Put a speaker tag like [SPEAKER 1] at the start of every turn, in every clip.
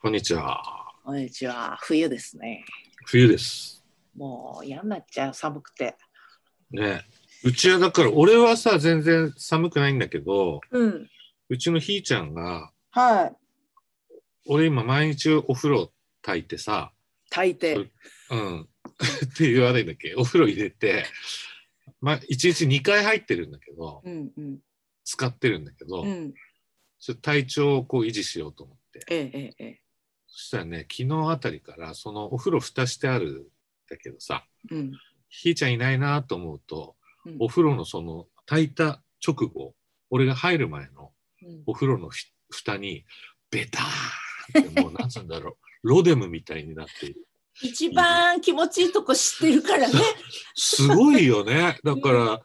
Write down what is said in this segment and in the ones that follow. [SPEAKER 1] こんにちは。
[SPEAKER 2] こんにちは。冬ですね。
[SPEAKER 1] 冬です。
[SPEAKER 2] もう嫌になっちゃう、寒くて。
[SPEAKER 1] ね。うちはだから、俺はさ、全然寒くないんだけど、
[SPEAKER 2] うん。
[SPEAKER 1] うちのひーちゃんが、
[SPEAKER 2] はい。
[SPEAKER 1] 俺今毎日お風呂炊いてさ、
[SPEAKER 2] 大
[SPEAKER 1] う
[SPEAKER 2] 抵。
[SPEAKER 1] うん、 って言われるんだっけ、お風呂入れて、まあ、1日2回入ってるんだけど、
[SPEAKER 2] うんうん。
[SPEAKER 1] 使ってるんだけど、
[SPEAKER 2] うん。
[SPEAKER 1] ちょっと体調をこう維持しようと思って。
[SPEAKER 2] えええええ
[SPEAKER 1] そしたらね、昨日あたりから、そのお風呂蓋してあるんだけどさ、
[SPEAKER 2] え。うん。
[SPEAKER 1] ひーちゃんいないなと思うと、
[SPEAKER 2] うん
[SPEAKER 1] お風呂のその炊いた直後、俺が入る前の
[SPEAKER 2] うん
[SPEAKER 1] お風呂のふ蓋に、ベターンってもう、なんつうんだろう、ロデムみたいになっている。
[SPEAKER 3] 一番気持ちいいとこ知ってるからね。
[SPEAKER 1] すごいよね。だから、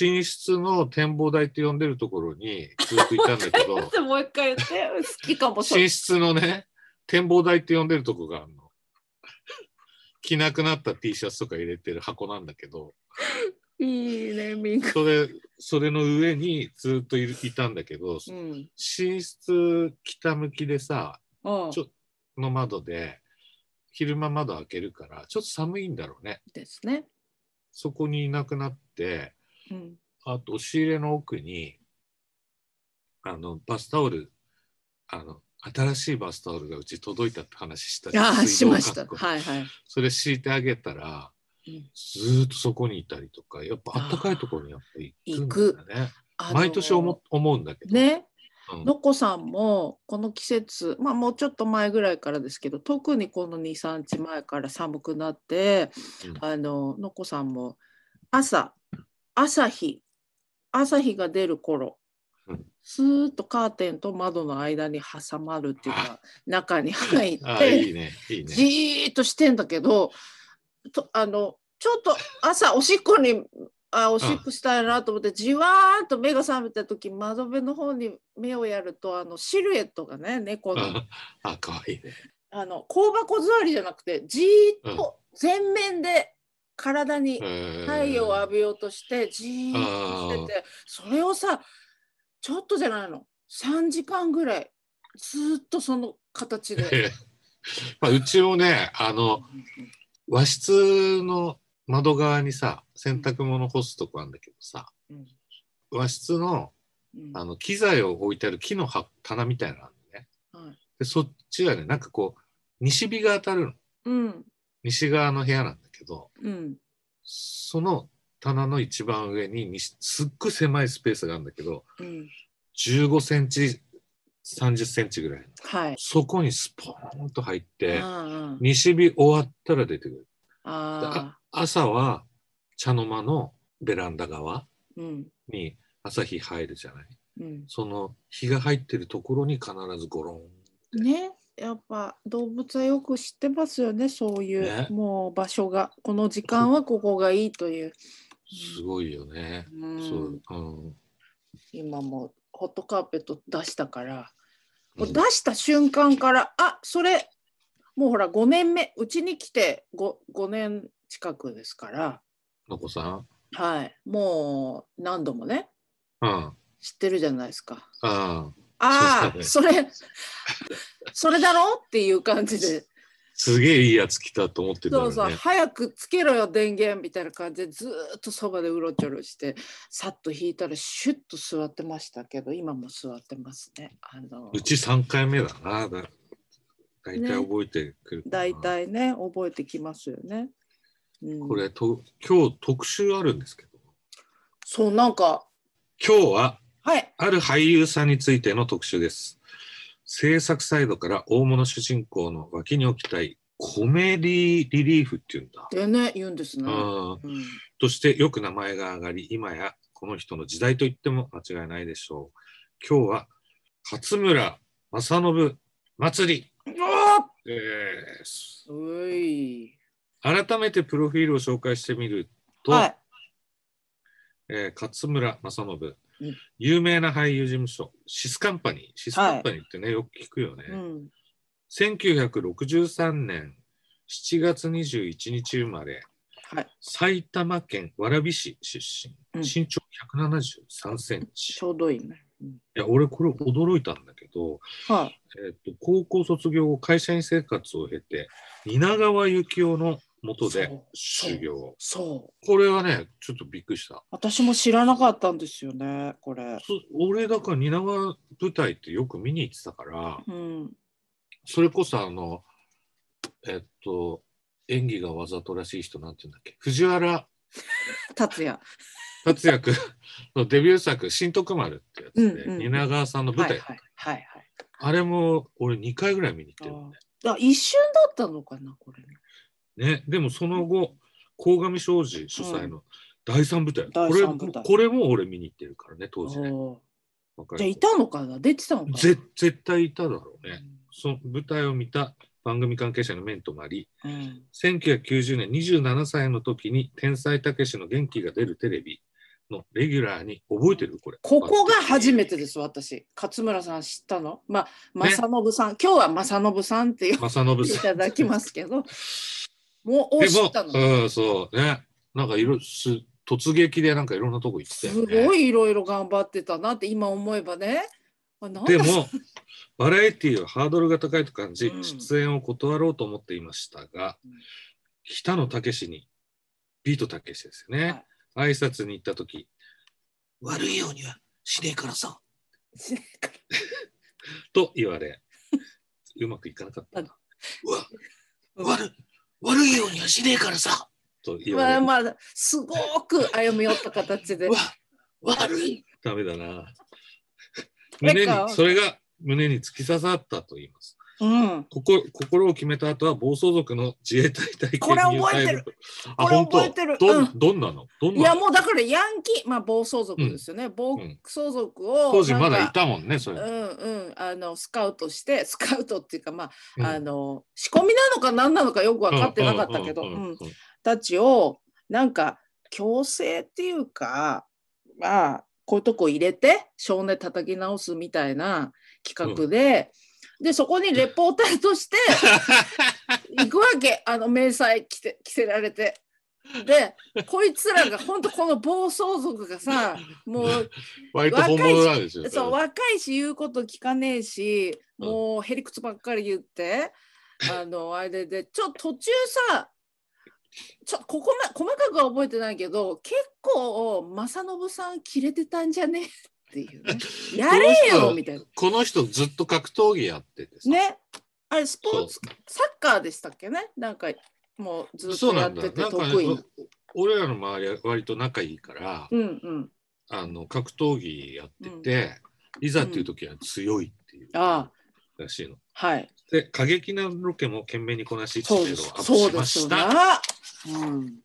[SPEAKER 1] 寝室の展望台って呼んでるところにずっといたんだけ ど、
[SPEAKER 3] もう一回言って、好きかもしれ
[SPEAKER 1] 寝室のね、展望台って呼んでるとこがあるの。着なくなった T シャツとか入れてる箱なんだけど、
[SPEAKER 2] いいネーミング。
[SPEAKER 1] それ、それの上にずっといるいたんだけど、
[SPEAKER 2] うん。
[SPEAKER 1] 寝室北向きでさ、
[SPEAKER 2] うん
[SPEAKER 1] ちょの窓で、昼間窓開けるから、ちょっと寒いんだろうね。
[SPEAKER 2] ですね。
[SPEAKER 1] そこにいなくなって、
[SPEAKER 2] うん。
[SPEAKER 1] あと、押し入れの奥に、あの、バスタオル、あの、新しいバスタオルがうち届いたって話したじゃん
[SPEAKER 2] ああ、
[SPEAKER 1] 水
[SPEAKER 2] し
[SPEAKER 1] 道
[SPEAKER 2] ました。
[SPEAKER 1] かっこ
[SPEAKER 2] はいはい。
[SPEAKER 1] それ敷いてあげたら
[SPEAKER 2] うん、
[SPEAKER 1] ずーっとそこにいたりとか、やっぱあったかいところにやっぱり行くんだね。
[SPEAKER 2] あの
[SPEAKER 1] 毎年思思うんだけど。
[SPEAKER 2] ね。
[SPEAKER 1] うん
[SPEAKER 2] のこさんもこの季節、まあ、もうちょっと前ぐらいからですけど特にこの23日前から寒くなって、
[SPEAKER 1] うん
[SPEAKER 2] あののこさんも朝朝日朝日が出る頃、
[SPEAKER 1] うん
[SPEAKER 2] スーッとカーテンと窓の間に挟まるってい うか中に入っ
[SPEAKER 1] ああ、
[SPEAKER 2] て
[SPEAKER 1] いいね、いい
[SPEAKER 2] じ
[SPEAKER 1] ね。
[SPEAKER 2] ーっとしてんだけどとあのちょっと 朝おしっこにあおしっこしたいなと思ってじわーっと目が覚めた時窓辺の方に目をやるとあのシルエットがね猫の
[SPEAKER 1] ああ、かわいいね。
[SPEAKER 2] あの香箱座りじゃなくてじーっと全面で体に太陽を浴
[SPEAKER 1] び
[SPEAKER 2] びようとしてじーっとしててそれをさちょっとじゃないの3時間ぐらいずーっとその形で。
[SPEAKER 1] まあ、うちもね、 あの、和室の窓側にさ洗濯物干すとこあるんだけどさ
[SPEAKER 2] うん
[SPEAKER 1] 和室の
[SPEAKER 2] うん
[SPEAKER 1] あの機材を置いてある木のは棚みたいなのあるのね
[SPEAKER 2] はい
[SPEAKER 1] でそっちはねなんかこう西日が当たるの
[SPEAKER 2] うん
[SPEAKER 1] 西側の部屋なんだけど
[SPEAKER 2] うん
[SPEAKER 1] その棚の一番上に西すっごい狭いスペースがあるんだけど
[SPEAKER 2] うん
[SPEAKER 1] 15センチ30センチぐらいの
[SPEAKER 2] はい。
[SPEAKER 1] そこにスポーンと入って
[SPEAKER 2] あ
[SPEAKER 1] 西日終わったら出てくる
[SPEAKER 2] あ
[SPEAKER 1] 朝は茶の間のベランダ側
[SPEAKER 2] ー、うん、
[SPEAKER 1] に朝日入るじゃない
[SPEAKER 2] うん。
[SPEAKER 1] その日が入ってるところに必ずゴロン
[SPEAKER 2] ね、やっぱ動物はよく知ってますよね、そういう、
[SPEAKER 1] ね
[SPEAKER 2] もう場所が、この時間はここがいいという。
[SPEAKER 1] すごいよね、
[SPEAKER 2] うん
[SPEAKER 1] そう、うん、
[SPEAKER 2] 今もホットカーペット出したから、もう
[SPEAKER 1] うん
[SPEAKER 2] 出した瞬間から、あそれ、もうほら5年目、うちに来て 5, 5年近くですから、
[SPEAKER 1] のこさん
[SPEAKER 2] はい、もう何度もね、
[SPEAKER 1] うん
[SPEAKER 2] 知ってるじゃないですか。
[SPEAKER 1] うん
[SPEAKER 2] ああ、
[SPEAKER 1] そ
[SPEAKER 2] それ、それだろっていう感じで、
[SPEAKER 1] すげえいいやつ来たと思ってた
[SPEAKER 2] そ
[SPEAKER 1] の
[SPEAKER 2] う
[SPEAKER 1] ね
[SPEAKER 2] そう、早くつけろよ、電源みたいな感じで、ずーっとそばでうろちょろして、さっと引いたら、シュッと座ってましたけど、今も座ってますね。あの
[SPEAKER 1] うち3回目だなだだいたい
[SPEAKER 2] ね
[SPEAKER 1] 覚えてくるかな、
[SPEAKER 2] 大体ね、覚えてきますよね。うん、
[SPEAKER 1] これと今日特集あるんですけど
[SPEAKER 2] そう、なんか、
[SPEAKER 1] 今日は
[SPEAKER 2] はい、
[SPEAKER 1] ある俳優さんについての特集です制作サイドから大物主人公の脇に置きたいコメディリリーフっていうんだ、
[SPEAKER 2] でね、言うんですね。
[SPEAKER 1] うん、
[SPEAKER 2] うん、
[SPEAKER 1] としてよく名前が上がり、今やこの人の時代と言っても間違いないでしょう。今日は勝村政信祭りです。
[SPEAKER 2] おーうい。
[SPEAKER 1] 改めてプロフィールを紹介してみると、
[SPEAKER 2] はい。
[SPEAKER 1] えー勝村政信、
[SPEAKER 2] うん
[SPEAKER 1] 有名な俳優事務所、シスカンパニー。シスカンパニーってね、よく聞くよね。
[SPEAKER 2] うん。
[SPEAKER 1] 1963年7月21日生まれ、
[SPEAKER 2] はい。
[SPEAKER 1] 埼玉県蕨市出身、
[SPEAKER 2] うん
[SPEAKER 1] 身長173センチ。
[SPEAKER 2] ちょうどいいね。
[SPEAKER 1] いや俺これ驚いたんだけど、
[SPEAKER 2] はい。
[SPEAKER 1] えっと高校卒業後会社員生活を経て蜷川幸雄の元で修行を
[SPEAKER 2] そう。
[SPEAKER 1] これはねちょっとびっくりした
[SPEAKER 2] 私も知らなかったんですよね、これ。
[SPEAKER 1] そ俺だから蜷川舞台ってよく見に行ってたから
[SPEAKER 2] うん。
[SPEAKER 1] それこそあのえっと演技がわざとらしい人なんて言うんだっけ藤原
[SPEAKER 2] 達也。
[SPEAKER 1] 達也君のデビュー作「新徳丸」ってやつで、
[SPEAKER 2] うんうん
[SPEAKER 1] 蜷川さんの舞
[SPEAKER 2] はいは
[SPEAKER 1] 台、
[SPEAKER 2] い。はいはい。
[SPEAKER 1] あれも俺2回ぐらい見に行ってるんだよ
[SPEAKER 2] あ一瞬だったのかな、これね。
[SPEAKER 1] ね、でもその後、鴻上庄司主催の第三舞台、
[SPEAKER 2] 第
[SPEAKER 1] これ
[SPEAKER 2] 三舞台
[SPEAKER 1] これも俺見に行ってるからね、当時ね。
[SPEAKER 2] お
[SPEAKER 1] 若
[SPEAKER 2] ー
[SPEAKER 1] い
[SPEAKER 2] じゃあ、
[SPEAKER 1] 頃
[SPEAKER 2] いたのかな出てたのかな
[SPEAKER 1] ぜ絶対いただろうね。
[SPEAKER 2] う
[SPEAKER 1] その舞台を見た番組関係者の面ともあり、
[SPEAKER 2] んうん
[SPEAKER 1] 1990年27歳の時に天才たけしの元気が出るテレビのレギュラーに覚えてるこれ。
[SPEAKER 2] ここが初めてです、私。勝村さん知ったの。まあ、正信さん、今日は正信さんって呼ん
[SPEAKER 1] 正信
[SPEAKER 2] でい
[SPEAKER 1] さ
[SPEAKER 2] た
[SPEAKER 1] ん。
[SPEAKER 2] だきま すけど、もう
[SPEAKER 1] で
[SPEAKER 2] 知ったの。
[SPEAKER 1] も、うん、そうね。なんかいろ、す突撃でなんかいろんなとこ行ってたよ
[SPEAKER 2] す
[SPEAKER 1] ね。
[SPEAKER 2] ごいいろいろ頑張ってたなって今思えばね。あなんだ
[SPEAKER 1] でも、バラエティーはハードルが高いと感じ、
[SPEAKER 2] うん
[SPEAKER 1] 出演を断ろうと思っていましたが、
[SPEAKER 2] うん
[SPEAKER 1] 北野武に、ビートたけしですよね、挨拶に行った時悪いようにはしねえからさ、と言われ、うまくいかなかったな。うわ悪い悪いようにはしねえからさ、と言わ
[SPEAKER 2] ま
[SPEAKER 1] れ、
[SPEAKER 2] あまあ、すごく歩み寄った形で
[SPEAKER 1] うわ。悪いダメだな。
[SPEAKER 2] なん
[SPEAKER 1] 胸
[SPEAKER 2] か
[SPEAKER 1] に、それが胸に突き刺さったと言います。
[SPEAKER 2] うん。
[SPEAKER 1] ここ心を決めた後は暴走族の自衛隊体験
[SPEAKER 2] これ
[SPEAKER 1] 入
[SPEAKER 2] 覚
[SPEAKER 1] 隊
[SPEAKER 2] え
[SPEAKER 1] 部
[SPEAKER 2] てる
[SPEAKER 1] と。
[SPEAKER 2] これ覚えてる
[SPEAKER 1] あ、本当。どん、
[SPEAKER 2] うん
[SPEAKER 1] どんなのどん
[SPEAKER 2] い
[SPEAKER 1] な
[SPEAKER 2] や
[SPEAKER 1] の
[SPEAKER 2] もうだからヤンキー、まあ暴走族ですよね。暴走族を。
[SPEAKER 1] 当時まだ
[SPEAKER 2] なん
[SPEAKER 1] い
[SPEAKER 2] か
[SPEAKER 1] たもんね、そういううの。
[SPEAKER 2] んうん、あのスカウトしてスカウトっていうかまあ,、
[SPEAKER 1] うん
[SPEAKER 2] あの仕込みなのか何なのかよく分かってなかったけど
[SPEAKER 1] うんうんうんうん
[SPEAKER 2] たちをなんか強制っていうかまあこういうとこ入れて少年叩き直すみたいな企画で、でそこにレポーターとして行くわけあの迷彩着て着せられて。でこいつらが本当この暴走族がさもう
[SPEAKER 1] 割と本物なんですよ。
[SPEAKER 2] そう
[SPEAKER 1] れ
[SPEAKER 2] 若いし言うこと聞かねえし
[SPEAKER 1] うん
[SPEAKER 2] もうへりくつばっかり 言って、あのあれでちょっと途中さちょここ、ま、細かくは覚えてないけど結構正信さんキレてたんじゃね ってい うねやれよみたいな
[SPEAKER 1] この人ずっと格闘技やっててさ。
[SPEAKER 2] ねあれスポーツサッカーでしたっけねなんかもうずっ
[SPEAKER 1] そ
[SPEAKER 2] と
[SPEAKER 1] うな
[SPEAKER 2] やっ
[SPEAKER 1] んだ。
[SPEAKER 2] てて
[SPEAKER 1] なんか
[SPEAKER 2] 得意
[SPEAKER 1] ね
[SPEAKER 2] な、
[SPEAKER 1] 俺らの周りは割と仲いいから、
[SPEAKER 2] うんうん
[SPEAKER 1] あの格闘技やってて、いざっていう時は強いっていう
[SPEAKER 2] ああ
[SPEAKER 1] らしいの。
[SPEAKER 2] はい
[SPEAKER 1] で、過激なロケも懸命にこなし、
[SPEAKER 2] そう
[SPEAKER 1] 知名度
[SPEAKER 2] で
[SPEAKER 1] を
[SPEAKER 2] す
[SPEAKER 1] アップ
[SPEAKER 2] そう
[SPEAKER 1] し
[SPEAKER 2] で
[SPEAKER 1] ますし
[SPEAKER 2] よね
[SPEAKER 1] た。
[SPEAKER 2] うん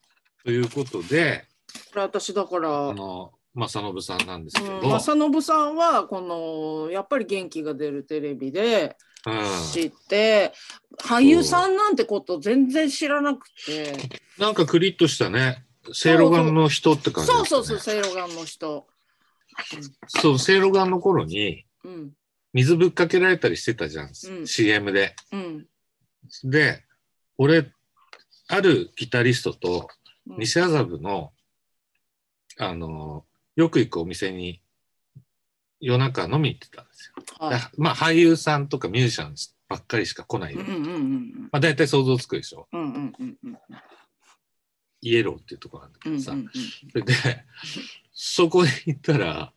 [SPEAKER 1] ということで、
[SPEAKER 2] これ私だから
[SPEAKER 1] あの正信さんなんですけど、
[SPEAKER 2] うん
[SPEAKER 1] うん
[SPEAKER 2] 正信さんはこのやっぱり元気が出るテレビで知って、俳優さんなんてこと全然知らなくて、
[SPEAKER 1] なんかクリッとしたね、セいろがんの人って感じ、ね、
[SPEAKER 2] そうそうそうセイロガンの人、
[SPEAKER 1] そう、セいろがんの頃に
[SPEAKER 2] うん
[SPEAKER 1] 水ぶっかけられたりしてたじゃん、
[SPEAKER 2] うん
[SPEAKER 1] CM で。
[SPEAKER 2] うん
[SPEAKER 1] で、俺、あるギタリストと
[SPEAKER 2] うん、
[SPEAKER 1] 西麻布の、あの、よく行くお店に夜中飲みに行ってたんですよ。
[SPEAKER 2] はい
[SPEAKER 1] だまあ俳優さんとかミュージシャンばっかりしか来ない。
[SPEAKER 2] うんう
[SPEAKER 1] ま
[SPEAKER 2] んうん
[SPEAKER 1] あ大体想像つくでしょ。
[SPEAKER 2] うんうんうんうんうん
[SPEAKER 1] イエローっていうところなんだけ
[SPEAKER 2] うんう
[SPEAKER 1] ど
[SPEAKER 2] ん
[SPEAKER 1] さ。それで、そこに行ったら、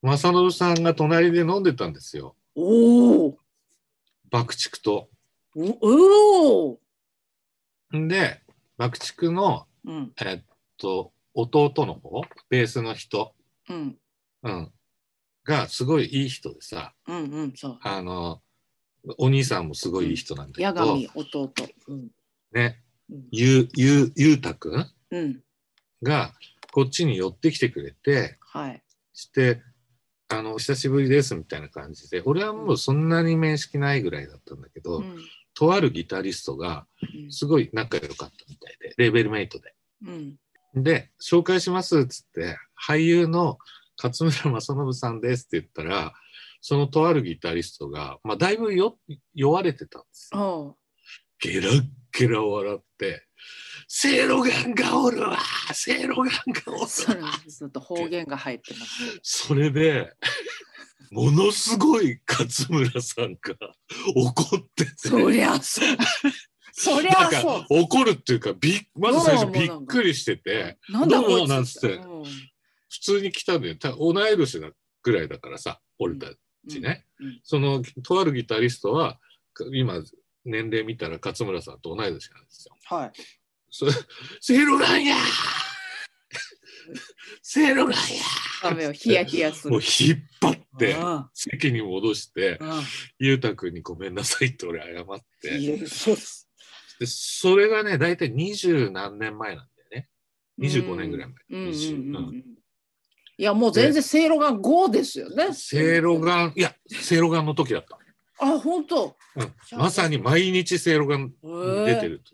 [SPEAKER 1] 正信さんが隣で飲んでたんですよ。
[SPEAKER 2] おお
[SPEAKER 1] 爆竹と。
[SPEAKER 2] おお
[SPEAKER 1] んで、爆竹の、
[SPEAKER 2] うん
[SPEAKER 1] えっと、弟の方、ベースの人、
[SPEAKER 2] うん
[SPEAKER 1] うん、がすごいいい人でさ、
[SPEAKER 2] うんうんそう
[SPEAKER 1] あの、お兄さんもすごいいい人なんだけ
[SPEAKER 2] 八
[SPEAKER 1] ど、
[SPEAKER 2] 神弟うん
[SPEAKER 1] ね、
[SPEAKER 2] うん
[SPEAKER 1] ゆう、ゆう、ゆうたくん
[SPEAKER 2] うん
[SPEAKER 1] が、こっちに寄ってきてくれて、
[SPEAKER 2] はい
[SPEAKER 1] して、あの、お久しぶりですみたいな感じで、俺はもうそんなに面識ないぐらいだったんだけど、
[SPEAKER 2] うんうん
[SPEAKER 1] とあるギタリストがすごい仲良かったみたいで、レーベルメイトで。
[SPEAKER 2] うん
[SPEAKER 1] で、紹介しますっつって、俳優の勝村正信さんですって言ったら、そのとあるギタリストが、まあ、だいぶよ酔われてたんですよ。
[SPEAKER 2] おう
[SPEAKER 1] ゲラッけら笑って、せいろがんがおるわせいろがんがお
[SPEAKER 2] そう
[SPEAKER 1] る
[SPEAKER 2] な
[SPEAKER 1] わ
[SPEAKER 2] んです。ちょっと方言が入ってます。
[SPEAKER 1] それで、ものすごい勝村さんが 怒ってて。
[SPEAKER 2] そりゃそう。そり
[SPEAKER 1] な
[SPEAKER 2] ゃ
[SPEAKER 1] ん
[SPEAKER 2] そう
[SPEAKER 1] か。怒るっていうかびっまず最初
[SPEAKER 2] どうも
[SPEAKER 1] び
[SPEAKER 2] なん
[SPEAKER 1] っ
[SPEAKER 2] か
[SPEAKER 1] くりしてて
[SPEAKER 2] なんだ
[SPEAKER 1] どうも
[SPEAKER 2] こいつ
[SPEAKER 1] なんつって
[SPEAKER 2] うん
[SPEAKER 1] 普通に来たんだよた同い年だぐらいだからさ俺たちね、
[SPEAKER 2] うんうん
[SPEAKER 1] そのとあるギタリストはか今年齢見たら勝村さんと同い年なんですよ。
[SPEAKER 2] はい。
[SPEAKER 1] そセロランやーセロランや
[SPEAKER 2] 画面をヒヤヒヤす
[SPEAKER 1] ー
[SPEAKER 2] る。
[SPEAKER 1] もう引っ張って
[SPEAKER 2] うん
[SPEAKER 1] 席に戻して
[SPEAKER 2] うん
[SPEAKER 1] 裕太君にごめんなさいって俺謝って
[SPEAKER 2] いやそうです。
[SPEAKER 1] でそれがね大体二十何年前なんだよね25年ぐらい前。
[SPEAKER 2] うんうん
[SPEAKER 1] 20
[SPEAKER 2] うんう
[SPEAKER 1] うん
[SPEAKER 2] ん。いやもう全然せいろがん5ですよね。
[SPEAKER 1] セいろ。がん、いや、せいろがんの時だった。
[SPEAKER 2] あ本当。
[SPEAKER 1] うん、まさに毎日せいろがん出て
[SPEAKER 2] る。
[SPEAKER 1] ると。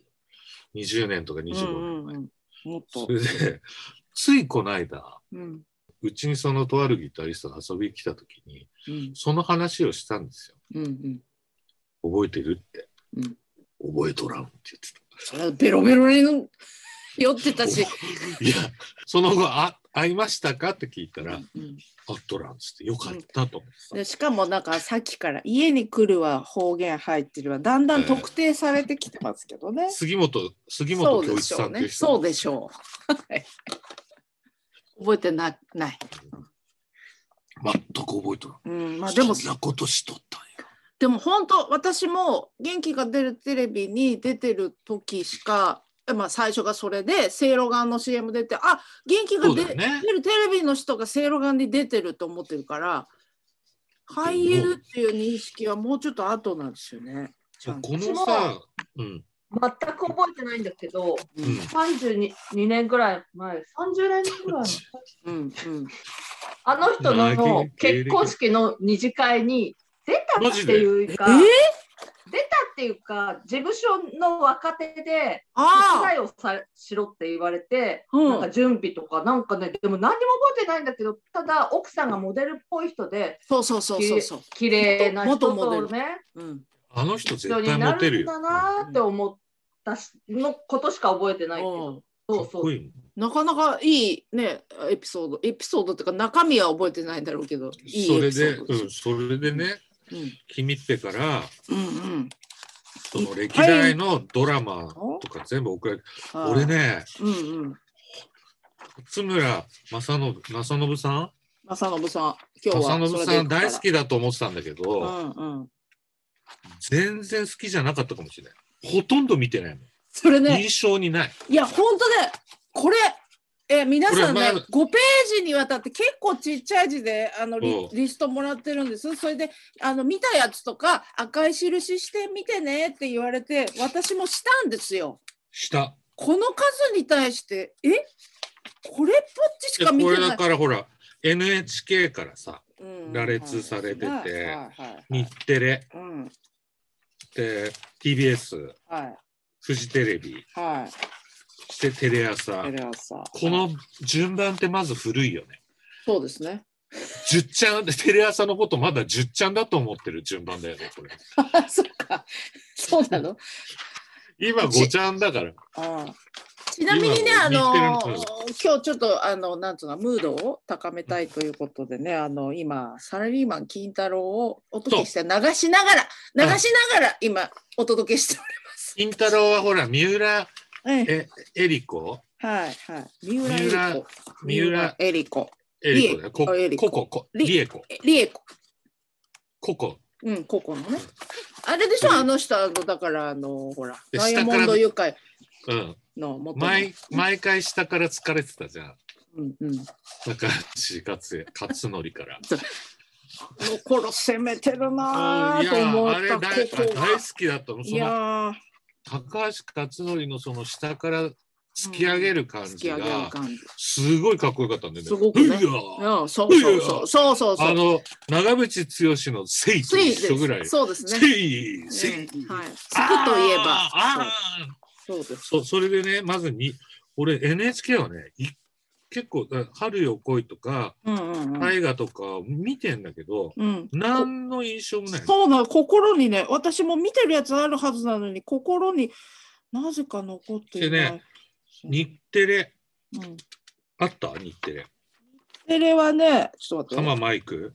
[SPEAKER 1] 20年とか25
[SPEAKER 2] う
[SPEAKER 1] 年
[SPEAKER 2] ん
[SPEAKER 1] 前。
[SPEAKER 2] うんうん。もっと
[SPEAKER 1] そ。れで、ついこの間、
[SPEAKER 2] うん
[SPEAKER 1] うちにそのとあるギタリストが遊びに来た時に、
[SPEAKER 2] うん
[SPEAKER 1] その話をしたんですよ。
[SPEAKER 2] うんうん。
[SPEAKER 1] 覚えてるって。
[SPEAKER 2] うん
[SPEAKER 1] 覚えとらんって言ってた。
[SPEAKER 2] それはベロベロに酔ってたし。
[SPEAKER 1] いや、その後、あ、会いましたかって聞いたら、
[SPEAKER 2] うんうん
[SPEAKER 1] あっとらんっつって、よかったと思ってた。
[SPEAKER 2] でしかもなんかさっきから家に来るは方言入ってるわだんだん特定されてきてますけどね。
[SPEAKER 1] 杉本、杉
[SPEAKER 2] そ
[SPEAKER 1] 本
[SPEAKER 2] う
[SPEAKER 1] 恭
[SPEAKER 2] で
[SPEAKER 1] 一
[SPEAKER 2] しょ
[SPEAKER 1] さ
[SPEAKER 2] うん
[SPEAKER 1] ってい
[SPEAKER 2] ね。
[SPEAKER 1] う人
[SPEAKER 2] そうでしょう。はい覚えてなない。
[SPEAKER 1] 全く覚えとらん。
[SPEAKER 2] うん、まあで
[SPEAKER 1] で
[SPEAKER 2] も
[SPEAKER 1] も、そんなことしとったんや。
[SPEAKER 2] でも本当私も元気が出るテレビに出てる時しか、まあ最初がそれでせいろがんの CM 出て、あ元気が
[SPEAKER 1] そう
[SPEAKER 2] 出
[SPEAKER 1] だよね。
[SPEAKER 2] 出るテレビの人がせいろがんに出てると思ってるから、俳優っていう認識はもうちょっと後なんですよね。ちゃんと
[SPEAKER 1] このさ、うん、
[SPEAKER 4] 全く覚えてないんだけど、
[SPEAKER 1] うん、
[SPEAKER 4] 32年ぐらい前、30年ぐらい前、
[SPEAKER 2] うんうん。
[SPEAKER 4] あの人
[SPEAKER 1] な
[SPEAKER 4] の
[SPEAKER 1] い
[SPEAKER 4] 結婚式の二次会に出た
[SPEAKER 1] マ
[SPEAKER 4] っ
[SPEAKER 1] ジ
[SPEAKER 4] て
[SPEAKER 1] で
[SPEAKER 4] いうか、
[SPEAKER 2] えー
[SPEAKER 4] 出たっていうか、事務所の若手で手
[SPEAKER 2] ああ、
[SPEAKER 4] 伝いをさしろって言われて、
[SPEAKER 2] うん
[SPEAKER 4] なんか準備とか、なんかね、でも何にも覚えてないんだけど、ただ奥さんがモデルっぽい人で、
[SPEAKER 2] そうそうそうそうそう。
[SPEAKER 4] 綺麗な
[SPEAKER 2] 元
[SPEAKER 4] 人
[SPEAKER 2] 元モ
[SPEAKER 4] と
[SPEAKER 2] デ
[SPEAKER 4] ね、
[SPEAKER 2] うん。
[SPEAKER 1] あの人絶
[SPEAKER 4] 人に
[SPEAKER 1] 対
[SPEAKER 4] な
[SPEAKER 1] モテ
[SPEAKER 4] る
[SPEAKER 1] る
[SPEAKER 4] ん
[SPEAKER 1] よ。
[SPEAKER 4] だなって思ったしのことしか覚えてないけど、
[SPEAKER 2] うん
[SPEAKER 1] うん
[SPEAKER 4] そう
[SPEAKER 1] かっ
[SPEAKER 4] そ
[SPEAKER 1] こ
[SPEAKER 4] う。
[SPEAKER 1] いいもん
[SPEAKER 2] なかなかいいねエピソードエピソードっていうか中身は覚えてないんだろうけどいい
[SPEAKER 1] そ
[SPEAKER 2] エ
[SPEAKER 1] れ
[SPEAKER 2] ピソ
[SPEAKER 1] で、
[SPEAKER 2] ード
[SPEAKER 1] うん、
[SPEAKER 2] です
[SPEAKER 1] それでね、
[SPEAKER 2] うん
[SPEAKER 1] 君ってから、
[SPEAKER 2] うんうん
[SPEAKER 1] その歴代のドラマとか全部送られて、
[SPEAKER 2] はい
[SPEAKER 1] 俺ね、
[SPEAKER 2] うんうん
[SPEAKER 1] 津村正信、正信さん
[SPEAKER 2] 正信さん今日は
[SPEAKER 1] 正信
[SPEAKER 2] それ
[SPEAKER 1] さ
[SPEAKER 2] で行く
[SPEAKER 1] ん
[SPEAKER 2] から
[SPEAKER 1] 大好きだと思ってたんだけ
[SPEAKER 2] う
[SPEAKER 1] ど、
[SPEAKER 2] んうん
[SPEAKER 1] 全然好きじゃなかったかもしれない。ほとんど見てないもん。
[SPEAKER 2] それね
[SPEAKER 1] 印象にない。
[SPEAKER 2] いや本当ねこれえ皆さ
[SPEAKER 1] これ
[SPEAKER 2] んね
[SPEAKER 1] 前
[SPEAKER 2] 5ページにわたって結構ちっちゃい字であのリ
[SPEAKER 1] うん
[SPEAKER 2] リストもらってるんですそれであの見たやつとか赤い印して見てねって言われて私もしたんですよ
[SPEAKER 1] した。
[SPEAKER 2] この数に対してえこれっぽっちし
[SPEAKER 1] いや
[SPEAKER 2] か見
[SPEAKER 1] こ
[SPEAKER 2] て
[SPEAKER 1] れ
[SPEAKER 2] な
[SPEAKER 1] だ
[SPEAKER 2] い
[SPEAKER 1] からほら、NHK からさ、
[SPEAKER 2] うん
[SPEAKER 1] 羅列されてて
[SPEAKER 2] はいはいはい
[SPEAKER 1] 日テレ、
[SPEAKER 2] うん
[SPEAKER 1] で TBS、
[SPEAKER 2] はい
[SPEAKER 1] フジテレビ、
[SPEAKER 2] はい
[SPEAKER 1] そしてテレ朝
[SPEAKER 2] テ。レ朝
[SPEAKER 1] この順番ってまず古いよね。
[SPEAKER 2] そうですね
[SPEAKER 1] 10ちゃん、テレ朝のことまだ10ちゃんだと思ってる順番だよね、これ。
[SPEAKER 2] あそっかそうなの
[SPEAKER 1] 今5ちゃんだから。
[SPEAKER 2] ああちなみにねあ
[SPEAKER 1] 今
[SPEAKER 2] の
[SPEAKER 1] 日テレの
[SPEAKER 2] 今日ちょっとあのなんつうのムードを高めたいということでねあの今サラリーマン金太郎をお届けして流しながら流しながら今お届けして
[SPEAKER 1] 金太郎はほら、三浦
[SPEAKER 2] おります、え
[SPEAKER 1] ええり子
[SPEAKER 2] えはいはい三浦
[SPEAKER 1] 三
[SPEAKER 2] 恵
[SPEAKER 1] 浦
[SPEAKER 2] 子
[SPEAKER 1] 三浦
[SPEAKER 2] 恵理子
[SPEAKER 1] えり子だよ。こ
[SPEAKER 2] あえり
[SPEAKER 1] ここ、
[SPEAKER 2] 子
[SPEAKER 1] こ、
[SPEAKER 2] り
[SPEAKER 1] りえこ。
[SPEAKER 2] え理恵子
[SPEAKER 1] ここ。
[SPEAKER 2] うん、ここのね。あれでしょ、あの人、あのだから、あの、ほら、
[SPEAKER 1] で
[SPEAKER 2] ダイヤモ
[SPEAKER 1] 下
[SPEAKER 2] ン
[SPEAKER 1] か
[SPEAKER 2] ド
[SPEAKER 1] ら
[SPEAKER 2] 愉快
[SPEAKER 1] うん。
[SPEAKER 2] の元の。
[SPEAKER 1] 毎、毎回下から疲れてたじゃん。
[SPEAKER 2] うんうん。も
[SPEAKER 1] 高橋克也克典から。
[SPEAKER 2] うこの攻めてるな
[SPEAKER 1] うんい
[SPEAKER 2] ぁと
[SPEAKER 1] や
[SPEAKER 2] 思
[SPEAKER 1] あ
[SPEAKER 2] っ
[SPEAKER 1] れ
[SPEAKER 2] た、
[SPEAKER 1] 大
[SPEAKER 2] ここ
[SPEAKER 1] 大好。
[SPEAKER 2] が
[SPEAKER 1] きだと思う。
[SPEAKER 2] い
[SPEAKER 1] その
[SPEAKER 2] や
[SPEAKER 1] 高橋克典のその下から突き上げる感
[SPEAKER 2] ー、突
[SPEAKER 1] じ
[SPEAKER 2] き上げる
[SPEAKER 1] が、
[SPEAKER 2] 感じ。
[SPEAKER 1] すごいかっこよかったんだよね。
[SPEAKER 2] すごくね
[SPEAKER 1] ういや
[SPEAKER 2] うん、そうそうそう。そうそうそ
[SPEAKER 1] あ
[SPEAKER 2] う。
[SPEAKER 1] の長渕剛の「せい」と
[SPEAKER 2] つい
[SPEAKER 1] 一緒ぐら
[SPEAKER 2] で
[SPEAKER 1] い
[SPEAKER 2] す。。そうです
[SPEAKER 1] せ
[SPEAKER 2] ね。
[SPEAKER 1] い、せい。
[SPEAKER 2] うんはい。好
[SPEAKER 1] あ
[SPEAKER 2] き
[SPEAKER 1] ー
[SPEAKER 2] といえば。
[SPEAKER 1] あー
[SPEAKER 2] そうそうです。
[SPEAKER 1] そそれでね、まずに、俺 NHK はね、い結構、あ春よ来いとか、
[SPEAKER 2] うんうんうん。
[SPEAKER 1] 大河とか見てんだけど、
[SPEAKER 2] うん。
[SPEAKER 1] 何の印象もない。
[SPEAKER 2] そうなの心にね私も見てるやつあるはずなのに心になぜか残っていない。
[SPEAKER 1] で日テレ
[SPEAKER 2] うん、
[SPEAKER 1] あった日テレ
[SPEAKER 2] テレはね、ちょっと待って
[SPEAKER 1] 浜
[SPEAKER 2] ね。
[SPEAKER 1] マイク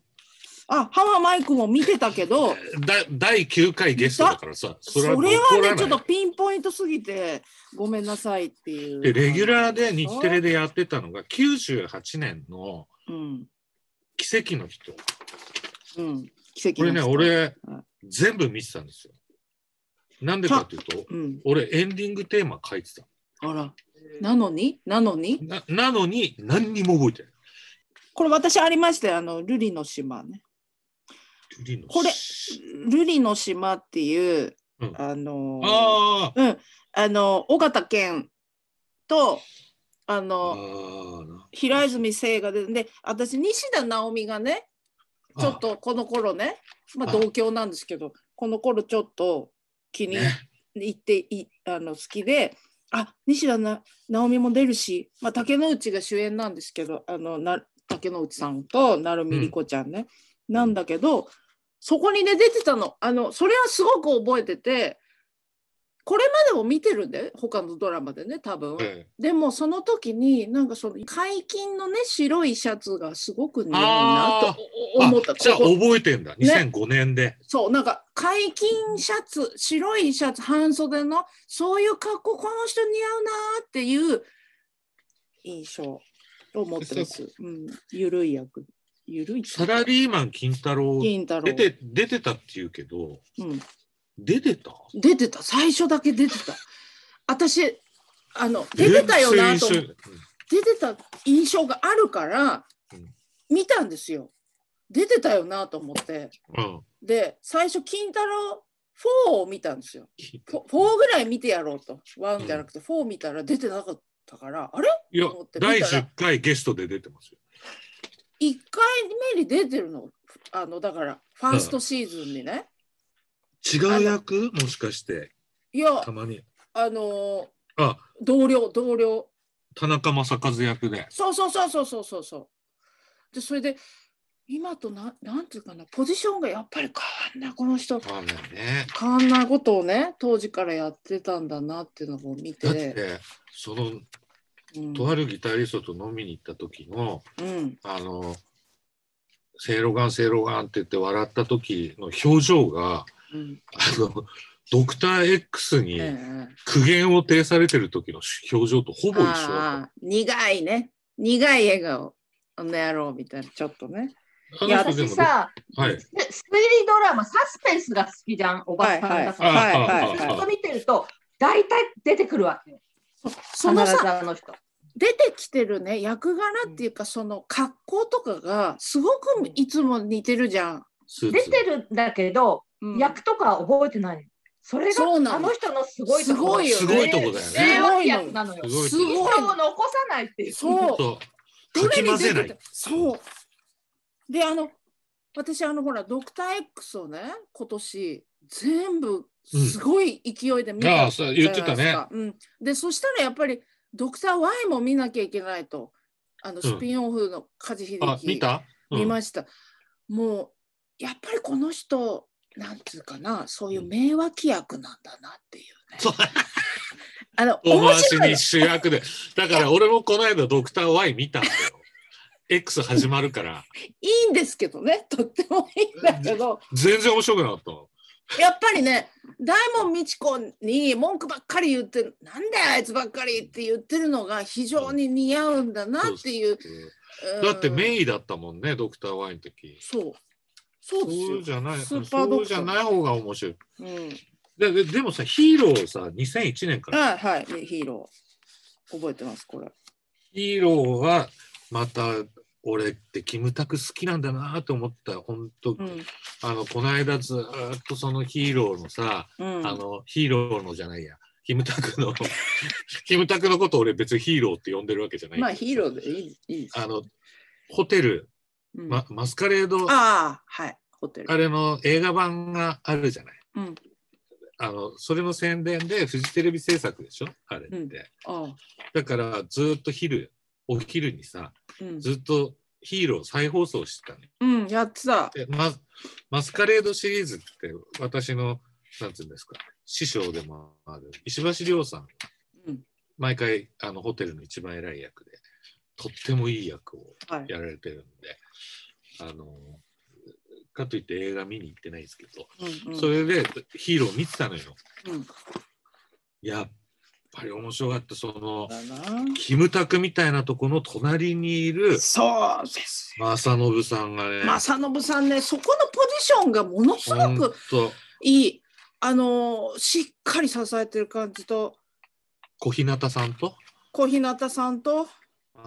[SPEAKER 2] あ、ハママイクも見てたけ
[SPEAKER 1] だ
[SPEAKER 2] ど、
[SPEAKER 1] 第9回ゲストだからさ
[SPEAKER 2] そ
[SPEAKER 1] そ
[SPEAKER 2] れ
[SPEAKER 1] れは
[SPEAKER 2] は
[SPEAKER 1] 残ら
[SPEAKER 2] ね、ちょっ
[SPEAKER 1] な
[SPEAKER 2] と
[SPEAKER 1] い
[SPEAKER 2] ピンポイントすぎて、ごめんなさいっていう。
[SPEAKER 1] でレギュラーで日テレでやってたのが98年の
[SPEAKER 2] うん。
[SPEAKER 1] 「奇跡の人」
[SPEAKER 2] うん。奇
[SPEAKER 1] こ
[SPEAKER 2] 跡
[SPEAKER 1] れ
[SPEAKER 2] の
[SPEAKER 1] ね
[SPEAKER 2] 人。
[SPEAKER 1] 俺
[SPEAKER 2] うん
[SPEAKER 1] 全部見てたんですよなんでかっていうと
[SPEAKER 2] うん。
[SPEAKER 1] 俺エンディングテーマ書いてた
[SPEAKER 2] あら。なのになのに
[SPEAKER 1] ななのに何にも覚えてない
[SPEAKER 2] これ私ありましたよ。あの、ルリの島ね。
[SPEAKER 1] ルリの
[SPEAKER 2] これルリの島っていう、
[SPEAKER 1] うん
[SPEAKER 2] あの
[SPEAKER 1] あー
[SPEAKER 2] あの尾形健とあ
[SPEAKER 1] あ
[SPEAKER 2] の
[SPEAKER 1] ーな
[SPEAKER 2] 平泉成が出てで私西田直美がねちょっとこの頃ねまあ
[SPEAKER 1] あ
[SPEAKER 2] 同郷なんですけどこの頃ちょっと気に
[SPEAKER 1] ね
[SPEAKER 2] 入っていあの好きで。あ西田な直美も出るし、まあ、竹野内が主演なんですけどあのな竹野内さんと成海莉子ちゃんね、なんだけどそこにね出てたのあのそれはすごく覚えててこれまでも見てるんで他のドラマでね多分、
[SPEAKER 1] ええ
[SPEAKER 2] でもその時になんかその解禁のね白いシャツがすごく似合うな
[SPEAKER 1] あ
[SPEAKER 2] と
[SPEAKER 1] ー
[SPEAKER 2] 思った
[SPEAKER 1] あじゃあ
[SPEAKER 2] ここ
[SPEAKER 1] 覚えてんだ2005年で、
[SPEAKER 2] そうなんか解禁シャツ白いシャツ半袖のそういう格好この人似合うなーっていう印象を持ってます。うん、ゆるい役ゆるい
[SPEAKER 1] サラリーマン金太郎
[SPEAKER 2] 金太郎
[SPEAKER 1] 出て出てたっていうけど
[SPEAKER 2] うん、
[SPEAKER 1] 出てた
[SPEAKER 2] 出てた最初だけ出てた。私あの出てたよなと思って
[SPEAKER 1] 全然一緒
[SPEAKER 2] 出てた印象があるから
[SPEAKER 1] うん
[SPEAKER 2] 見たんですよ。出てたよなと思って
[SPEAKER 1] うんうん
[SPEAKER 2] で最初金太郎4を見たんですよ。
[SPEAKER 1] 聞いた
[SPEAKER 2] 4ぐらい見てやろうと1じゃなくて4見たら出てなかったから、あれ
[SPEAKER 1] いや
[SPEAKER 2] 思って見た
[SPEAKER 1] 第
[SPEAKER 2] ら
[SPEAKER 1] 10回ゲストで出てますよ
[SPEAKER 2] ?1 回目に出てるのあのだからファーストシーズンにね。
[SPEAKER 1] 違う役もしかして
[SPEAKER 2] いや
[SPEAKER 1] たまに
[SPEAKER 2] あのー
[SPEAKER 1] あ
[SPEAKER 2] 同僚同僚
[SPEAKER 1] 田中正和役で
[SPEAKER 2] そうそうそうそうそうそうそう。でそれで今とななんていうかなポジションがやっぱり変わんなこの人。
[SPEAKER 1] あだね
[SPEAKER 2] 変わんないことをね当時からやってたんだなっていうのを見、
[SPEAKER 1] だっててその
[SPEAKER 2] うん
[SPEAKER 1] とあるギタリストと飲みに行った時の
[SPEAKER 2] うん
[SPEAKER 1] あの「せいろがんせいろがん」って言って笑った時の表情が
[SPEAKER 2] うん
[SPEAKER 1] あのドクター X
[SPEAKER 2] え
[SPEAKER 1] に
[SPEAKER 2] え
[SPEAKER 1] 苦言を呈されてる時の表情とほぼ一緒だった
[SPEAKER 2] ああ苦いね苦い笑顔あの野郎みたいなちょっとね
[SPEAKER 1] あ
[SPEAKER 2] いや
[SPEAKER 1] の人で
[SPEAKER 4] 私
[SPEAKER 1] も
[SPEAKER 4] さ、
[SPEAKER 1] はい
[SPEAKER 4] す推理ドラマ、サスペンスが好きじゃん、おばさんだか
[SPEAKER 1] あ
[SPEAKER 2] は
[SPEAKER 4] ら。
[SPEAKER 2] いはい
[SPEAKER 4] ず
[SPEAKER 1] あああ
[SPEAKER 4] っ
[SPEAKER 1] あ
[SPEAKER 4] と見てると、大体出てくるわけよ。
[SPEAKER 2] その
[SPEAKER 4] 必ず
[SPEAKER 2] さ
[SPEAKER 4] あの人。
[SPEAKER 2] 出てきてるね役柄っていうかその格好とかがすごくいつも似てるじゃん。
[SPEAKER 1] スー
[SPEAKER 4] 出
[SPEAKER 1] ツ
[SPEAKER 4] てるんだけど、
[SPEAKER 2] うん
[SPEAKER 4] 役とか覚えてないの。それが
[SPEAKER 2] そうなの
[SPEAKER 4] あの人のすごいとこ
[SPEAKER 2] すご
[SPEAKER 4] ろ。
[SPEAKER 2] いよ
[SPEAKER 1] すごいとこだよね
[SPEAKER 4] 名脇役なのよ。
[SPEAKER 1] す
[SPEAKER 2] す
[SPEAKER 1] ごい
[SPEAKER 2] ごい
[SPEAKER 4] 人を残さないっていう。
[SPEAKER 2] そう
[SPEAKER 1] そう
[SPEAKER 2] ど
[SPEAKER 1] か
[SPEAKER 2] れ
[SPEAKER 1] き
[SPEAKER 2] に
[SPEAKER 1] 混ぜ
[SPEAKER 2] 出
[SPEAKER 1] な
[SPEAKER 2] て
[SPEAKER 1] い
[SPEAKER 2] たそうであの私あのほらドクター X をね今年全部すごい勢いで見
[SPEAKER 1] うんあ
[SPEAKER 2] た
[SPEAKER 1] あそう言ってたね
[SPEAKER 2] じゃないですかうん、でそしたらやっぱりドクター Y も見なきゃいけないとあのスピンオフの梶秀樹、
[SPEAKER 1] あ見た、うん
[SPEAKER 2] 見ました。もうやっぱりこの人なんつうかなそういう名脇役なんだなっていうね。
[SPEAKER 1] そう
[SPEAKER 2] あの
[SPEAKER 1] 遠
[SPEAKER 2] 面
[SPEAKER 1] 回し
[SPEAKER 2] 白い
[SPEAKER 1] に主役でだから俺もこの間ドクター Y 見たんだよ X 始まるから
[SPEAKER 2] いいんですけどねとってもいいんだけど。
[SPEAKER 1] 全然面白くなかった
[SPEAKER 2] やっぱりね大門未知子に文句ばっかり言ってるなんだよあいつばっかりって言ってるのが非常に似合うんだなっていう。うん
[SPEAKER 1] だってメインだったもんねドクター Y の時
[SPEAKER 2] そうそう
[SPEAKER 1] そ
[SPEAKER 2] ですよ
[SPEAKER 1] うじゃない
[SPEAKER 2] ス
[SPEAKER 1] そ
[SPEAKER 2] ーパード
[SPEAKER 1] う
[SPEAKER 2] ク
[SPEAKER 1] じ
[SPEAKER 2] ター
[SPEAKER 1] ゃない方が面白い
[SPEAKER 2] うん、
[SPEAKER 1] でででもさヒーローをさ2001年から
[SPEAKER 2] はいはいねヒーロー覚えてますこれ。
[SPEAKER 1] ヒーローはまた俺ってキムタク好きなんだなと思った本当、
[SPEAKER 2] うん
[SPEAKER 1] あのこの間ずーっとそのヒーローのさ、
[SPEAKER 2] うん、
[SPEAKER 1] あのヒーローのじゃないやキムタクの キムタクのこと俺別にヒーローって呼んでるわけじゃない
[SPEAKER 2] まあヒーローでいいいいです。
[SPEAKER 1] あのホテル、
[SPEAKER 2] うん
[SPEAKER 1] ま、マスカレードあ
[SPEAKER 2] ああはいホテル。
[SPEAKER 1] れの映画版があるじゃない
[SPEAKER 2] うん、
[SPEAKER 1] あのそれの宣伝でフジテレビ制作でしょあれって、
[SPEAKER 2] うんああ
[SPEAKER 1] だからずーっと昼お昼にさ
[SPEAKER 2] うん
[SPEAKER 1] ずっとヒーロー再放送してたね
[SPEAKER 2] うん、やってた。
[SPEAKER 1] でママスカレードシリーズって私のなんていうんですか、師匠でもある石橋亮さん、
[SPEAKER 3] うん
[SPEAKER 1] 毎回あのホテルの一番偉い役で、とってもいい役を
[SPEAKER 2] はい
[SPEAKER 1] やられてるんで、あの、かといって映画見に行ってないですけど、
[SPEAKER 2] うんうん
[SPEAKER 1] それでヒーロー見てたのよ。
[SPEAKER 2] うん
[SPEAKER 1] やっぱり面白かった、その、
[SPEAKER 2] だな
[SPEAKER 1] キムタクみたいなとこの隣にいる
[SPEAKER 2] そうです
[SPEAKER 1] 正信さんがね、
[SPEAKER 2] 正信さんねそこのポジションがものすご
[SPEAKER 1] ほん
[SPEAKER 2] く
[SPEAKER 1] と
[SPEAKER 2] いいあのしっかり支えてる感じと
[SPEAKER 1] 小日向さんと
[SPEAKER 2] 小日向さんと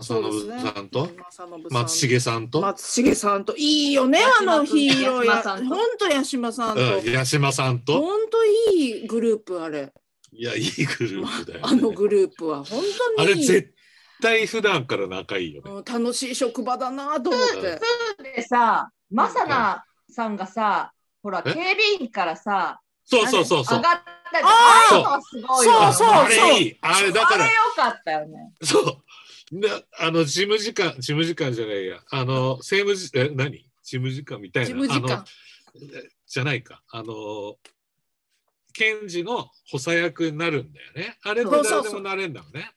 [SPEAKER 1] 正信さんと、
[SPEAKER 2] 正信さん
[SPEAKER 1] 松重さんと、
[SPEAKER 2] 松重さんといいよねあ
[SPEAKER 4] 八島
[SPEAKER 2] のヒーローや
[SPEAKER 4] 八島さんと
[SPEAKER 2] 本当八島さんと
[SPEAKER 1] うん、八島さんと、
[SPEAKER 2] 本当いいグループあれ
[SPEAKER 1] いやいいグループだよ、ね、
[SPEAKER 2] あのグループは本
[SPEAKER 1] あ
[SPEAKER 2] 当に
[SPEAKER 1] れ
[SPEAKER 2] いい
[SPEAKER 1] 絶対普段から仲いいよね、
[SPEAKER 2] うん楽しい職場だなと思って
[SPEAKER 4] でさ、マサナさんがさ、ほら、
[SPEAKER 1] え
[SPEAKER 4] 警備員からさ、
[SPEAKER 1] そうそうそうそう
[SPEAKER 4] 上がったり、
[SPEAKER 2] あー
[SPEAKER 4] ああいうのはすごいよ
[SPEAKER 2] そう
[SPEAKER 4] ね。
[SPEAKER 2] そう
[SPEAKER 1] あれいいあれだか
[SPEAKER 4] あ
[SPEAKER 1] ら
[SPEAKER 4] れよかったよね。
[SPEAKER 1] そうなあの事務時間事務時間じゃないやあの政務時え何事務時間みたい
[SPEAKER 2] 事
[SPEAKER 1] な
[SPEAKER 2] 務時
[SPEAKER 1] あの
[SPEAKER 2] 間
[SPEAKER 1] えじゃないかあの検事の補佐役になるんだよねあれで
[SPEAKER 2] そうそ
[SPEAKER 1] 誰
[SPEAKER 2] う
[SPEAKER 1] で
[SPEAKER 2] そう
[SPEAKER 1] もなれんだもんね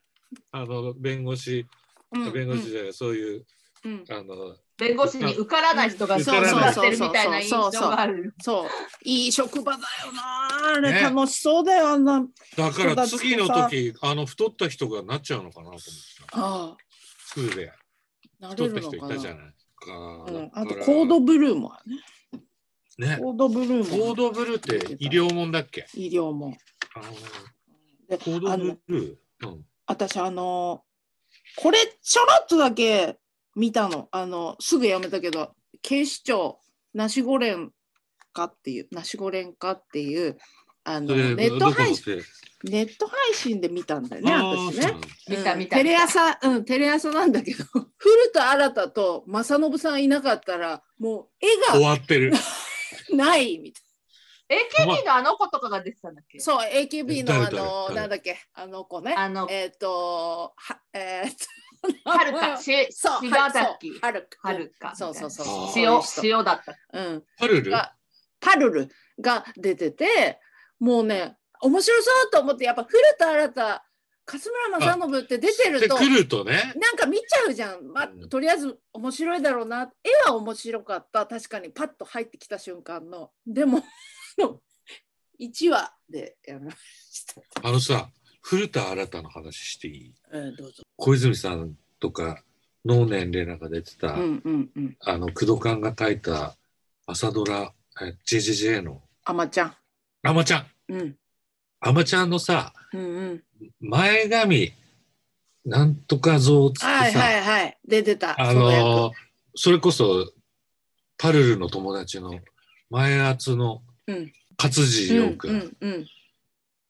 [SPEAKER 1] あの弁護士
[SPEAKER 2] うん
[SPEAKER 1] 弁護士じゃない、そういう
[SPEAKER 2] うん
[SPEAKER 1] あの
[SPEAKER 4] 弁護士に受からない人が
[SPEAKER 1] 受
[SPEAKER 4] 受
[SPEAKER 1] か
[SPEAKER 4] から
[SPEAKER 1] ない
[SPEAKER 4] らってるみたいな印象がある。
[SPEAKER 2] そういい職場だよなあれ
[SPEAKER 1] ね
[SPEAKER 2] 楽しそうだよあんな
[SPEAKER 1] だか
[SPEAKER 2] そうだ
[SPEAKER 1] ら次の時あの太った人がなっちゃうのかなと思ってた
[SPEAKER 2] あ
[SPEAKER 1] スクールで
[SPEAKER 2] あな
[SPEAKER 1] 太
[SPEAKER 2] れ
[SPEAKER 1] っ
[SPEAKER 2] る
[SPEAKER 1] た
[SPEAKER 2] の
[SPEAKER 1] 人い
[SPEAKER 2] か
[SPEAKER 1] た
[SPEAKER 2] な
[SPEAKER 1] じゃないか、
[SPEAKER 2] う
[SPEAKER 1] だ
[SPEAKER 2] ん
[SPEAKER 1] から
[SPEAKER 2] あとコードブルーもあるね
[SPEAKER 1] ね
[SPEAKER 2] コードブルー
[SPEAKER 1] コー
[SPEAKER 2] も
[SPEAKER 1] ドブルーって医療もんだっけ
[SPEAKER 2] 医療も
[SPEAKER 1] あの
[SPEAKER 2] で
[SPEAKER 1] コードブルー、うん、
[SPEAKER 2] 私あのこれちょろっとだけ見たのあのすぐやめたけど警視庁ナシゴレンかっていうナシゴレンかっていうあの
[SPEAKER 1] それ
[SPEAKER 2] ネット配信
[SPEAKER 1] どこのせ
[SPEAKER 2] ネット配信で見たんだよね
[SPEAKER 1] あーそ
[SPEAKER 2] 私
[SPEAKER 1] う
[SPEAKER 2] ね
[SPEAKER 1] な。の
[SPEAKER 4] 見た
[SPEAKER 2] うん
[SPEAKER 4] 見た
[SPEAKER 2] テレ朝うんテレ朝なんだけど古田新太と正信さんいなかったらもう絵
[SPEAKER 1] 終
[SPEAKER 2] が
[SPEAKER 1] わってる
[SPEAKER 2] ないみたい
[SPEAKER 4] AKB のあの子とかが出てたんだっけ
[SPEAKER 2] なそう AKB の
[SPEAKER 1] 誰誰
[SPEAKER 2] あの
[SPEAKER 1] 誰
[SPEAKER 2] なんだっけあの子ね
[SPEAKER 4] あの、
[SPEAKER 2] えっとはえーっと
[SPEAKER 4] はるか、し、
[SPEAKER 2] そう
[SPEAKER 4] しがたき、
[SPEAKER 2] はる
[SPEAKER 4] はるか。
[SPEAKER 2] そうそうそう
[SPEAKER 1] そう
[SPEAKER 4] 塩、
[SPEAKER 2] そう
[SPEAKER 4] 塩だった。
[SPEAKER 2] うん
[SPEAKER 1] パルル
[SPEAKER 2] がパルルが出ててもうね面白そうと思ってやっぱ古田新太勝村政信って出て
[SPEAKER 1] で
[SPEAKER 2] ると
[SPEAKER 1] 来るとね
[SPEAKER 2] なんか見ちゃうじゃん、まあ
[SPEAKER 1] うん
[SPEAKER 2] とりあえず面白いだろうな絵は面白かった確かにパッと入ってきた瞬間のでも1話でやめました、
[SPEAKER 1] あのさ古田新太の話していい
[SPEAKER 2] うん、どうぞ
[SPEAKER 1] 小泉さんとか能年玲奈が出てた、
[SPEAKER 2] うんうんうん
[SPEAKER 1] あの工藤官が書いた朝ドラえ JJJ の
[SPEAKER 2] あまちゃん、
[SPEAKER 1] 「あまちゃん」
[SPEAKER 2] うん、
[SPEAKER 1] 「あまちゃん」のさ
[SPEAKER 2] うんうん
[SPEAKER 1] 前髪なんとか像っつってさ、
[SPEAKER 2] はいはいはい出てた
[SPEAKER 1] あ
[SPEAKER 2] その役
[SPEAKER 1] のーそれこそパルルの友達の前圧の
[SPEAKER 2] うん
[SPEAKER 1] 勝地
[SPEAKER 2] う
[SPEAKER 1] 陽
[SPEAKER 2] ん
[SPEAKER 1] 君、
[SPEAKER 2] うんうん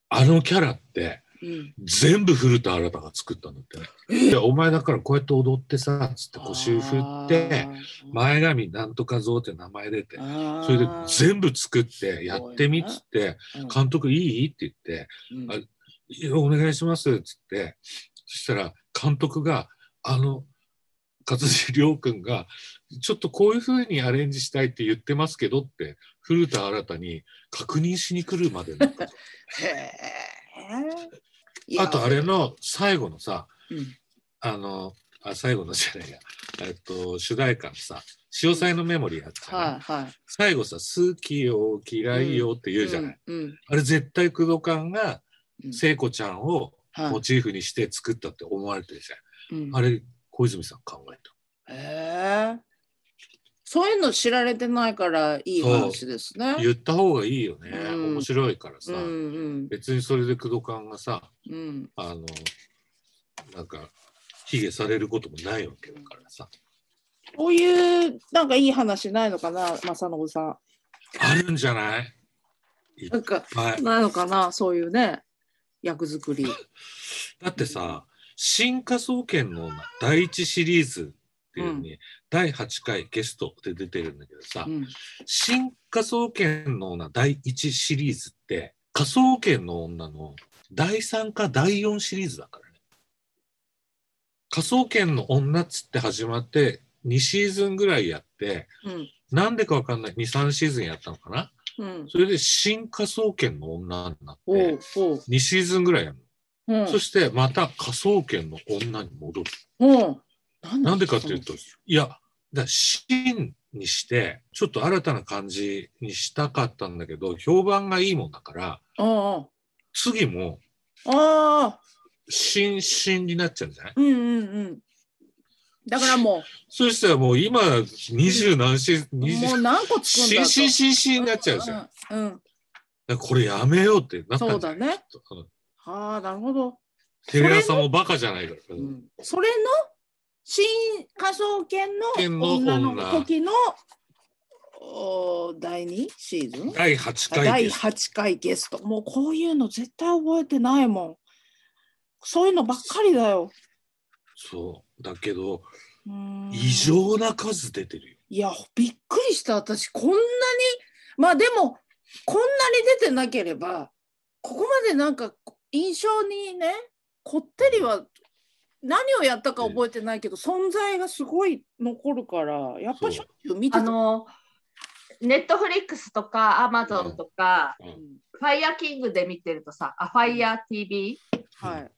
[SPEAKER 1] あのキャラって
[SPEAKER 2] うん
[SPEAKER 1] 全部古田新太が作ったんだってね。でお前だからこうやって踊ってさつって腰を振って前髪なんとか像って名前出てそれで全部作ってやってみっつって
[SPEAKER 2] 部
[SPEAKER 1] 監督いいって言って
[SPEAKER 2] うん
[SPEAKER 1] あいやお願いしますっつってそしたら監督があの勝地涼君がちょっとこういうふうにアレンジしたいって言ってますけどって古田新太に確認しに来るまで の
[SPEAKER 2] へえ
[SPEAKER 1] あとあれの最後のさ、
[SPEAKER 2] うん
[SPEAKER 1] あのあ最後のじゃないや、えっと、主題歌のさ「潮騒のメモリー」やったじゃない、
[SPEAKER 2] はいはい
[SPEAKER 1] 最後さ「好きよ嫌いよ」って言うじゃない、
[SPEAKER 2] うんうん
[SPEAKER 1] あれ絶対工藤官が
[SPEAKER 2] うん
[SPEAKER 1] 聖子ちゃんを
[SPEAKER 2] はい
[SPEAKER 1] モチーフにして作ったって思われてるじゃん
[SPEAKER 2] うん
[SPEAKER 1] あれ、小泉さん考えた。
[SPEAKER 2] へえそういうの知られてないからいい話ですね。
[SPEAKER 1] 言った方がいいよね。
[SPEAKER 2] うん
[SPEAKER 1] 面白いからさ。
[SPEAKER 2] うんうん
[SPEAKER 1] 別にそれで工藤官がさ、
[SPEAKER 2] うん
[SPEAKER 1] あの、なんか、卑下されることもないわけだからさ。
[SPEAKER 2] こういうなんかいい話ないのかな正信さん。
[SPEAKER 1] あるんじゃないいっ
[SPEAKER 2] なんか
[SPEAKER 1] ぱい。
[SPEAKER 2] ないのかなそういうね役作り。
[SPEAKER 1] だってさ、新科捜研の女第一シリーズっていうのに、第8回ゲストで出てるんだけどさ、
[SPEAKER 2] うん
[SPEAKER 1] 新科捜研の女第1シリーズって、科捜研の女の第3か第4シリーズだからね。科捜研の女っつって始まって、2シーズンぐらいやって、
[SPEAKER 2] うん
[SPEAKER 1] なんでかわかんない、2、3シーズンやったのかな
[SPEAKER 2] うん。
[SPEAKER 1] それで新科捜研の女になっ
[SPEAKER 2] お
[SPEAKER 1] て
[SPEAKER 2] うおう。
[SPEAKER 1] 2シーズンぐらいやるの、
[SPEAKER 2] うん。
[SPEAKER 1] そしてまた科捜研の女に戻る
[SPEAKER 2] うん。
[SPEAKER 1] なんでかっていうといやだ新にしてちょっと新たな感じにしたかったんだけど評判がいいもんだから
[SPEAKER 2] うんうん。
[SPEAKER 1] 次も
[SPEAKER 2] ああ。
[SPEAKER 1] 新新になっちゃうんじゃない
[SPEAKER 2] うんうんうん。だからも
[SPEAKER 1] そしたらもう今二十何シーズン
[SPEAKER 2] う、
[SPEAKER 1] 二
[SPEAKER 2] も
[SPEAKER 1] 十
[SPEAKER 2] う何個つくんだ
[SPEAKER 1] 新
[SPEAKER 2] と。
[SPEAKER 1] 新新新になっちゃうじゃん。だか
[SPEAKER 2] うんうん。
[SPEAKER 1] らこれやめようってなったんじゃないき
[SPEAKER 2] そうだね。
[SPEAKER 1] っとうん
[SPEAKER 2] ああ、なるほど。
[SPEAKER 1] テレ朝もバカじゃないから。
[SPEAKER 2] それの新科捜研
[SPEAKER 1] 研
[SPEAKER 2] の
[SPEAKER 1] の
[SPEAKER 2] 女
[SPEAKER 1] 女
[SPEAKER 2] の時のお第2シーズン
[SPEAKER 1] 第八
[SPEAKER 2] あ
[SPEAKER 1] 回
[SPEAKER 2] 第
[SPEAKER 1] です。
[SPEAKER 2] 8回ゲスト。もうこういうの絶対覚えてないもん。そういうのばっかりだよ。
[SPEAKER 1] そうだけど
[SPEAKER 2] うーん
[SPEAKER 1] 異常な数出てるよ。
[SPEAKER 2] いや、びっくりした。私、こんなに、まあでも、こんなに出てなければ、ここまでなんか印象にね、こってりは、何をやったか覚えてないけど、存在がすごい残るから、やっぱりしょっちゅう見て
[SPEAKER 4] あ
[SPEAKER 2] た。
[SPEAKER 4] のネットフリックスとかアマゾンとか、
[SPEAKER 1] うんうん
[SPEAKER 4] ファイヤーキングで見てるとさあファイヤー TV
[SPEAKER 2] はい。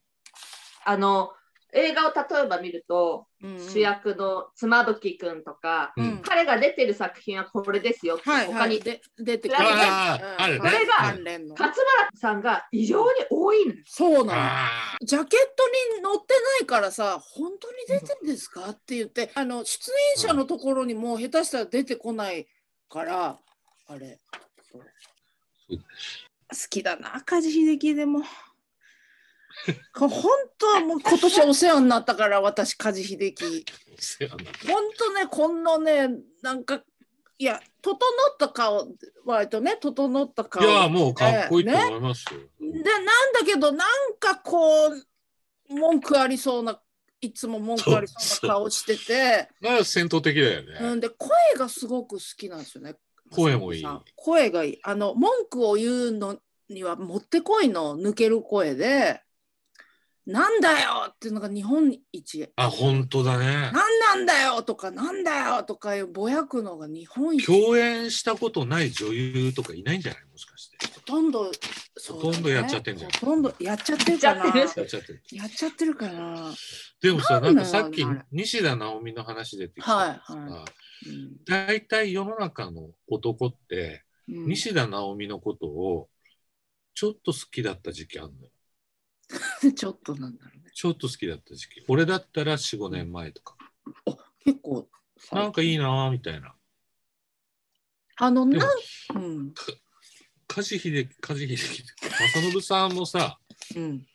[SPEAKER 4] あの映画を例えば見ると、
[SPEAKER 2] うんうん
[SPEAKER 4] 主役の妻夫木くんとか、
[SPEAKER 1] う
[SPEAKER 2] うんん
[SPEAKER 4] 彼が出てる作品はこれですよって、
[SPEAKER 2] はい、
[SPEAKER 4] 他
[SPEAKER 2] は
[SPEAKER 4] に
[SPEAKER 2] い。で出てき
[SPEAKER 1] あーあるね
[SPEAKER 4] それが
[SPEAKER 2] 関連の。
[SPEAKER 4] 勝村さんが異常に多いのよ
[SPEAKER 2] そうなの。
[SPEAKER 1] あ
[SPEAKER 2] ジャケットに載ってないからさ、本当に出てんですかって言って、あの出演者のところにもう下手したら出てこないから、あれ。そう
[SPEAKER 1] うん
[SPEAKER 2] 好きだな、梶秀樹でも。こ本当はもう今年お世話になったから、私、梶秀樹。
[SPEAKER 1] ーお世話になった
[SPEAKER 2] 本当ね、こんなね、なんか、いや、整った顔、割とね、整った顔。
[SPEAKER 1] いやーもうかっこいいと思いますよ。
[SPEAKER 2] でなんだけどなんかこう文句ありそうないつも文句ありそうな顔してて、
[SPEAKER 1] だから戦闘的だよ
[SPEAKER 2] う
[SPEAKER 1] ね。
[SPEAKER 2] ん、で声がすごく好きなんですよね。
[SPEAKER 1] 声もいい
[SPEAKER 2] 松本さん声がいい。あの文句を言うのにはもってこいの抜ける声で「なんだよ!」っていうのが日本一
[SPEAKER 1] あ本当だ
[SPEAKER 2] 「
[SPEAKER 1] ね。
[SPEAKER 2] なんなんだよ!」とか「なんだよ!」とかいうぼやくのが日本一ほ
[SPEAKER 1] 共演したことない女優とかいないんじゃないもしかして。
[SPEAKER 2] とんど、
[SPEAKER 1] ほとんどやっちゃってんじゃん
[SPEAKER 2] そうだねほとんどやっちゃってるかな
[SPEAKER 4] やっちゃっ
[SPEAKER 1] やっ
[SPEAKER 4] て
[SPEAKER 1] ちゃってる
[SPEAKER 2] やっちゃってるかな。
[SPEAKER 1] でもさ
[SPEAKER 2] な
[SPEAKER 1] なんん
[SPEAKER 2] な
[SPEAKER 1] か
[SPEAKER 2] の
[SPEAKER 1] さっき
[SPEAKER 2] あれ
[SPEAKER 1] 西田直美の話出てきたんですが、
[SPEAKER 2] はいうん
[SPEAKER 1] 大体世の中の男って
[SPEAKER 2] うん
[SPEAKER 1] 西田直美のことをちょっと好きだった時期あんのよ
[SPEAKER 2] ちょっとなんだろうね。
[SPEAKER 1] ちょっと好きだった時期俺だったら45年前とか、
[SPEAKER 2] 結構さ
[SPEAKER 1] なんかいいなーみたいな
[SPEAKER 2] あの
[SPEAKER 1] でも
[SPEAKER 2] なん、うん
[SPEAKER 1] 梶秀梶秀樹正信さんもさ
[SPEAKER 2] うん、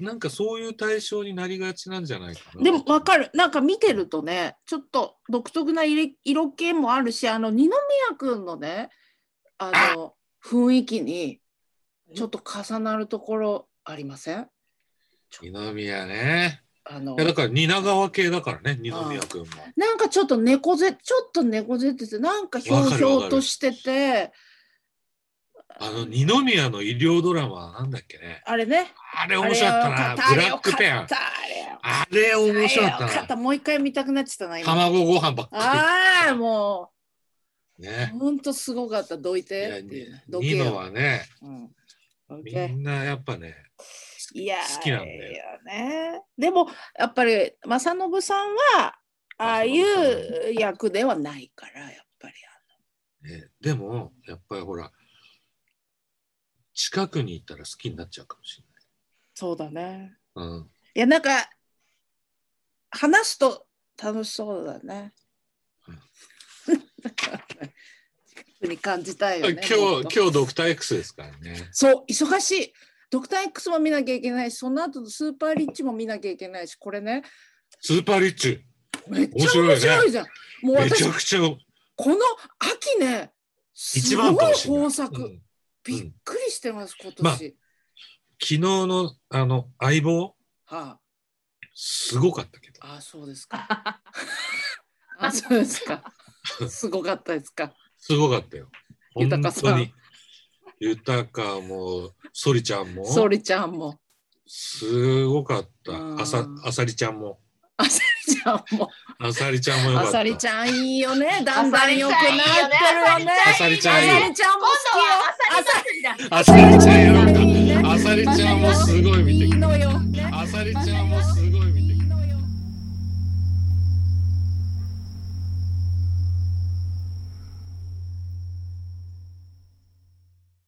[SPEAKER 1] なんかそういう対象になりがちなんじゃないかな
[SPEAKER 2] でもわか
[SPEAKER 1] る
[SPEAKER 2] るなんか見てるとねちょっと独特な色色気もあるしあの二宮君のねあの雰囲気にちょっと重なるところありません
[SPEAKER 1] 二宮ね
[SPEAKER 2] あの
[SPEAKER 1] いやだから蜷川系だからね二宮君も
[SPEAKER 2] なんかちょっと猫背ちょっと猫背っててなんかひょうひょうとしてて
[SPEAKER 1] あの二宮の医療ドラマなんだっけね
[SPEAKER 2] あれね
[SPEAKER 1] あれ
[SPEAKER 2] あ
[SPEAKER 1] 面
[SPEAKER 2] れ
[SPEAKER 1] 白か
[SPEAKER 2] よか
[SPEAKER 1] っ
[SPEAKER 2] った
[SPEAKER 1] な
[SPEAKER 2] た
[SPEAKER 1] ブラックペン
[SPEAKER 2] あれよかったあれよ
[SPEAKER 1] あれ面白
[SPEAKER 2] あ
[SPEAKER 1] かっ
[SPEAKER 2] れよ
[SPEAKER 1] たな。
[SPEAKER 2] もう一回見たくなっちゃったな今
[SPEAKER 1] 卵ご飯ばっか
[SPEAKER 2] ああも
[SPEAKER 1] り。
[SPEAKER 2] う
[SPEAKER 1] ね。
[SPEAKER 2] ほんとすごかったどい
[SPEAKER 1] い
[SPEAKER 2] て
[SPEAKER 1] や
[SPEAKER 2] っていうねどけ
[SPEAKER 1] ニノ
[SPEAKER 2] よ
[SPEAKER 1] はね、
[SPEAKER 2] うんど
[SPEAKER 1] み
[SPEAKER 2] け
[SPEAKER 1] んなやっぱね、
[SPEAKER 2] いやー
[SPEAKER 1] 好きなんだ
[SPEAKER 2] ねでもやっぱり正信さんはああい
[SPEAKER 1] 正信さ
[SPEAKER 2] う役ではないからやっぱり
[SPEAKER 1] ねでもやっぱりほら、近くに行ったら好きになっちゃうかもし
[SPEAKER 2] そうだね
[SPEAKER 1] れない。うん。
[SPEAKER 2] いやなんか話すと楽しそうだね
[SPEAKER 1] うん
[SPEAKER 2] ふうに感じたいよね
[SPEAKER 1] 今
[SPEAKER 2] もっと
[SPEAKER 1] 日、今日ドクター X ですからね。
[SPEAKER 2] そう、忙しい。ドクター X も見なきゃいけないし、その後のスーパーリッチも見なきゃいけないし、これね、
[SPEAKER 1] スーパーリッチ、
[SPEAKER 2] めっちゃ面
[SPEAKER 1] 面白いね
[SPEAKER 2] 白いじゃん。もう
[SPEAKER 1] めち
[SPEAKER 2] 私
[SPEAKER 1] ゃ、くちゃ
[SPEAKER 2] この秋ね、す
[SPEAKER 1] 一
[SPEAKER 2] ごい
[SPEAKER 1] 番かもしれない。
[SPEAKER 2] 豊作、
[SPEAKER 1] うん
[SPEAKER 2] びっくりしてます、今
[SPEAKER 1] まあ
[SPEAKER 2] 年。
[SPEAKER 1] 昨日のあの相棒、
[SPEAKER 2] は
[SPEAKER 1] すごかったけど。
[SPEAKER 2] あ、あそうですか。 あ、そうですか。すごかったですか。
[SPEAKER 1] すごかったよ。本
[SPEAKER 2] 豊さ
[SPEAKER 1] 当
[SPEAKER 2] ん
[SPEAKER 1] に。豊かも、ソリちゃんも。
[SPEAKER 2] ソリちゃんも。
[SPEAKER 1] すごかった
[SPEAKER 2] う。ん
[SPEAKER 1] あさ、あさりちゃんも。
[SPEAKER 2] あ、ソリちちゃんも。
[SPEAKER 1] あさりちゃんもよか
[SPEAKER 2] あ
[SPEAKER 1] った。
[SPEAKER 2] さりちゃんいいよね。だんだん良くなってるよね。
[SPEAKER 1] あさりち
[SPEAKER 2] あ
[SPEAKER 1] ゃんいい
[SPEAKER 2] さりちゃんも好きよ。あさり
[SPEAKER 1] あさりちゃんやろうか。
[SPEAKER 2] いいね
[SPEAKER 1] あさりちゃんもすごい見てく
[SPEAKER 2] いい
[SPEAKER 1] る。
[SPEAKER 2] のよ。ね
[SPEAKER 1] あさりちゃんもすごい見てくる。